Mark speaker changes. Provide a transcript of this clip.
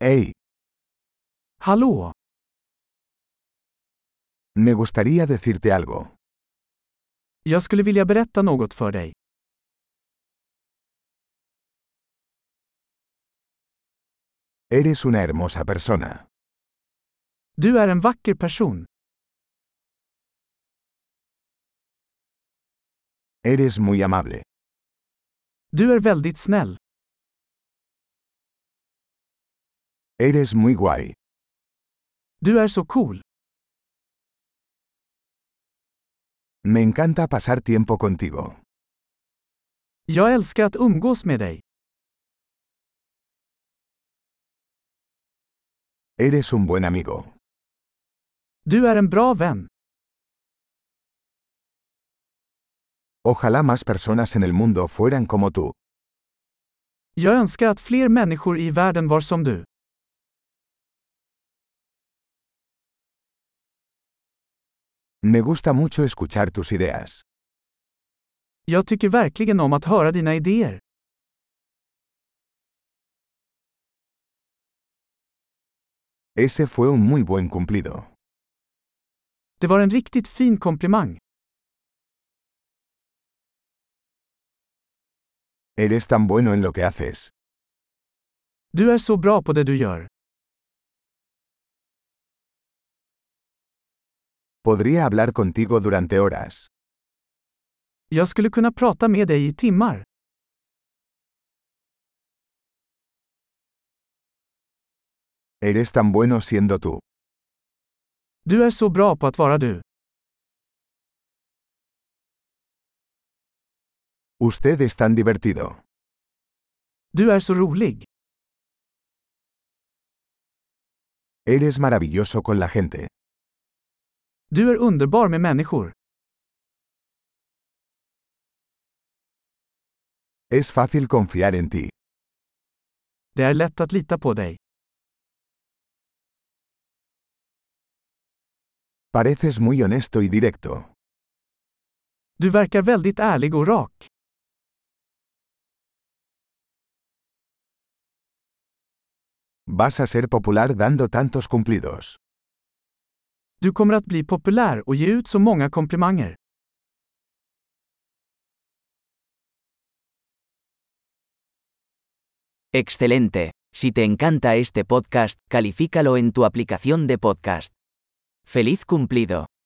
Speaker 1: Hey,
Speaker 2: Hallå!
Speaker 1: me gustaría decirte algo.
Speaker 2: Jag skulle vilja berätta något för dig.
Speaker 1: Eres una hermosa persona.
Speaker 2: Du är en vacker person.
Speaker 1: Eres muy amable.
Speaker 2: Du är väldigt snäll.
Speaker 1: Eres muy guay.
Speaker 2: Du är så cool.
Speaker 1: Me encanta pasar tiempo contigo.
Speaker 2: Jag älskar att umgås med dig.
Speaker 1: Eres un buen amigo.
Speaker 2: Du är en bra vän.
Speaker 1: Ojalá más personas en el mundo fueran como tú.
Speaker 2: Jag önskar att fler människor i världen var som du.
Speaker 1: Me gusta mucho escuchar tus ideas.
Speaker 2: Jag tycker verkligen om att höra dina idéer.
Speaker 1: Ese fue un muy buen cumplido.
Speaker 2: Det var en riktigt fin komplimang.
Speaker 1: Eres tan bueno en lo que haces.
Speaker 2: Du är så bra på det du gör.
Speaker 1: Podría hablar contigo durante horas.
Speaker 2: Jag skulle kunna prata med dig i timmar.
Speaker 1: Eres tan bueno siendo tú.
Speaker 2: Du är så bra på att vara du.
Speaker 1: Usted es tan divertido.
Speaker 2: Du är så rolig.
Speaker 1: Eres maravilloso con la gente.
Speaker 2: Du är underbar med människor.
Speaker 1: Es fácil confiar en ti.
Speaker 2: Det är lätt att lita på dig.
Speaker 1: Pareces muy honesto y directo.
Speaker 2: Du verkar väldigt ärlig och rak.
Speaker 1: Vas a ser popular dando tantos cumplidos.
Speaker 2: Du kommer att bli populär och ge ut så många komplimanger.
Speaker 3: Excelente. Si te encanta este podcast, califícalo en tu aplicación de podcast. ¡Feliz cumplido!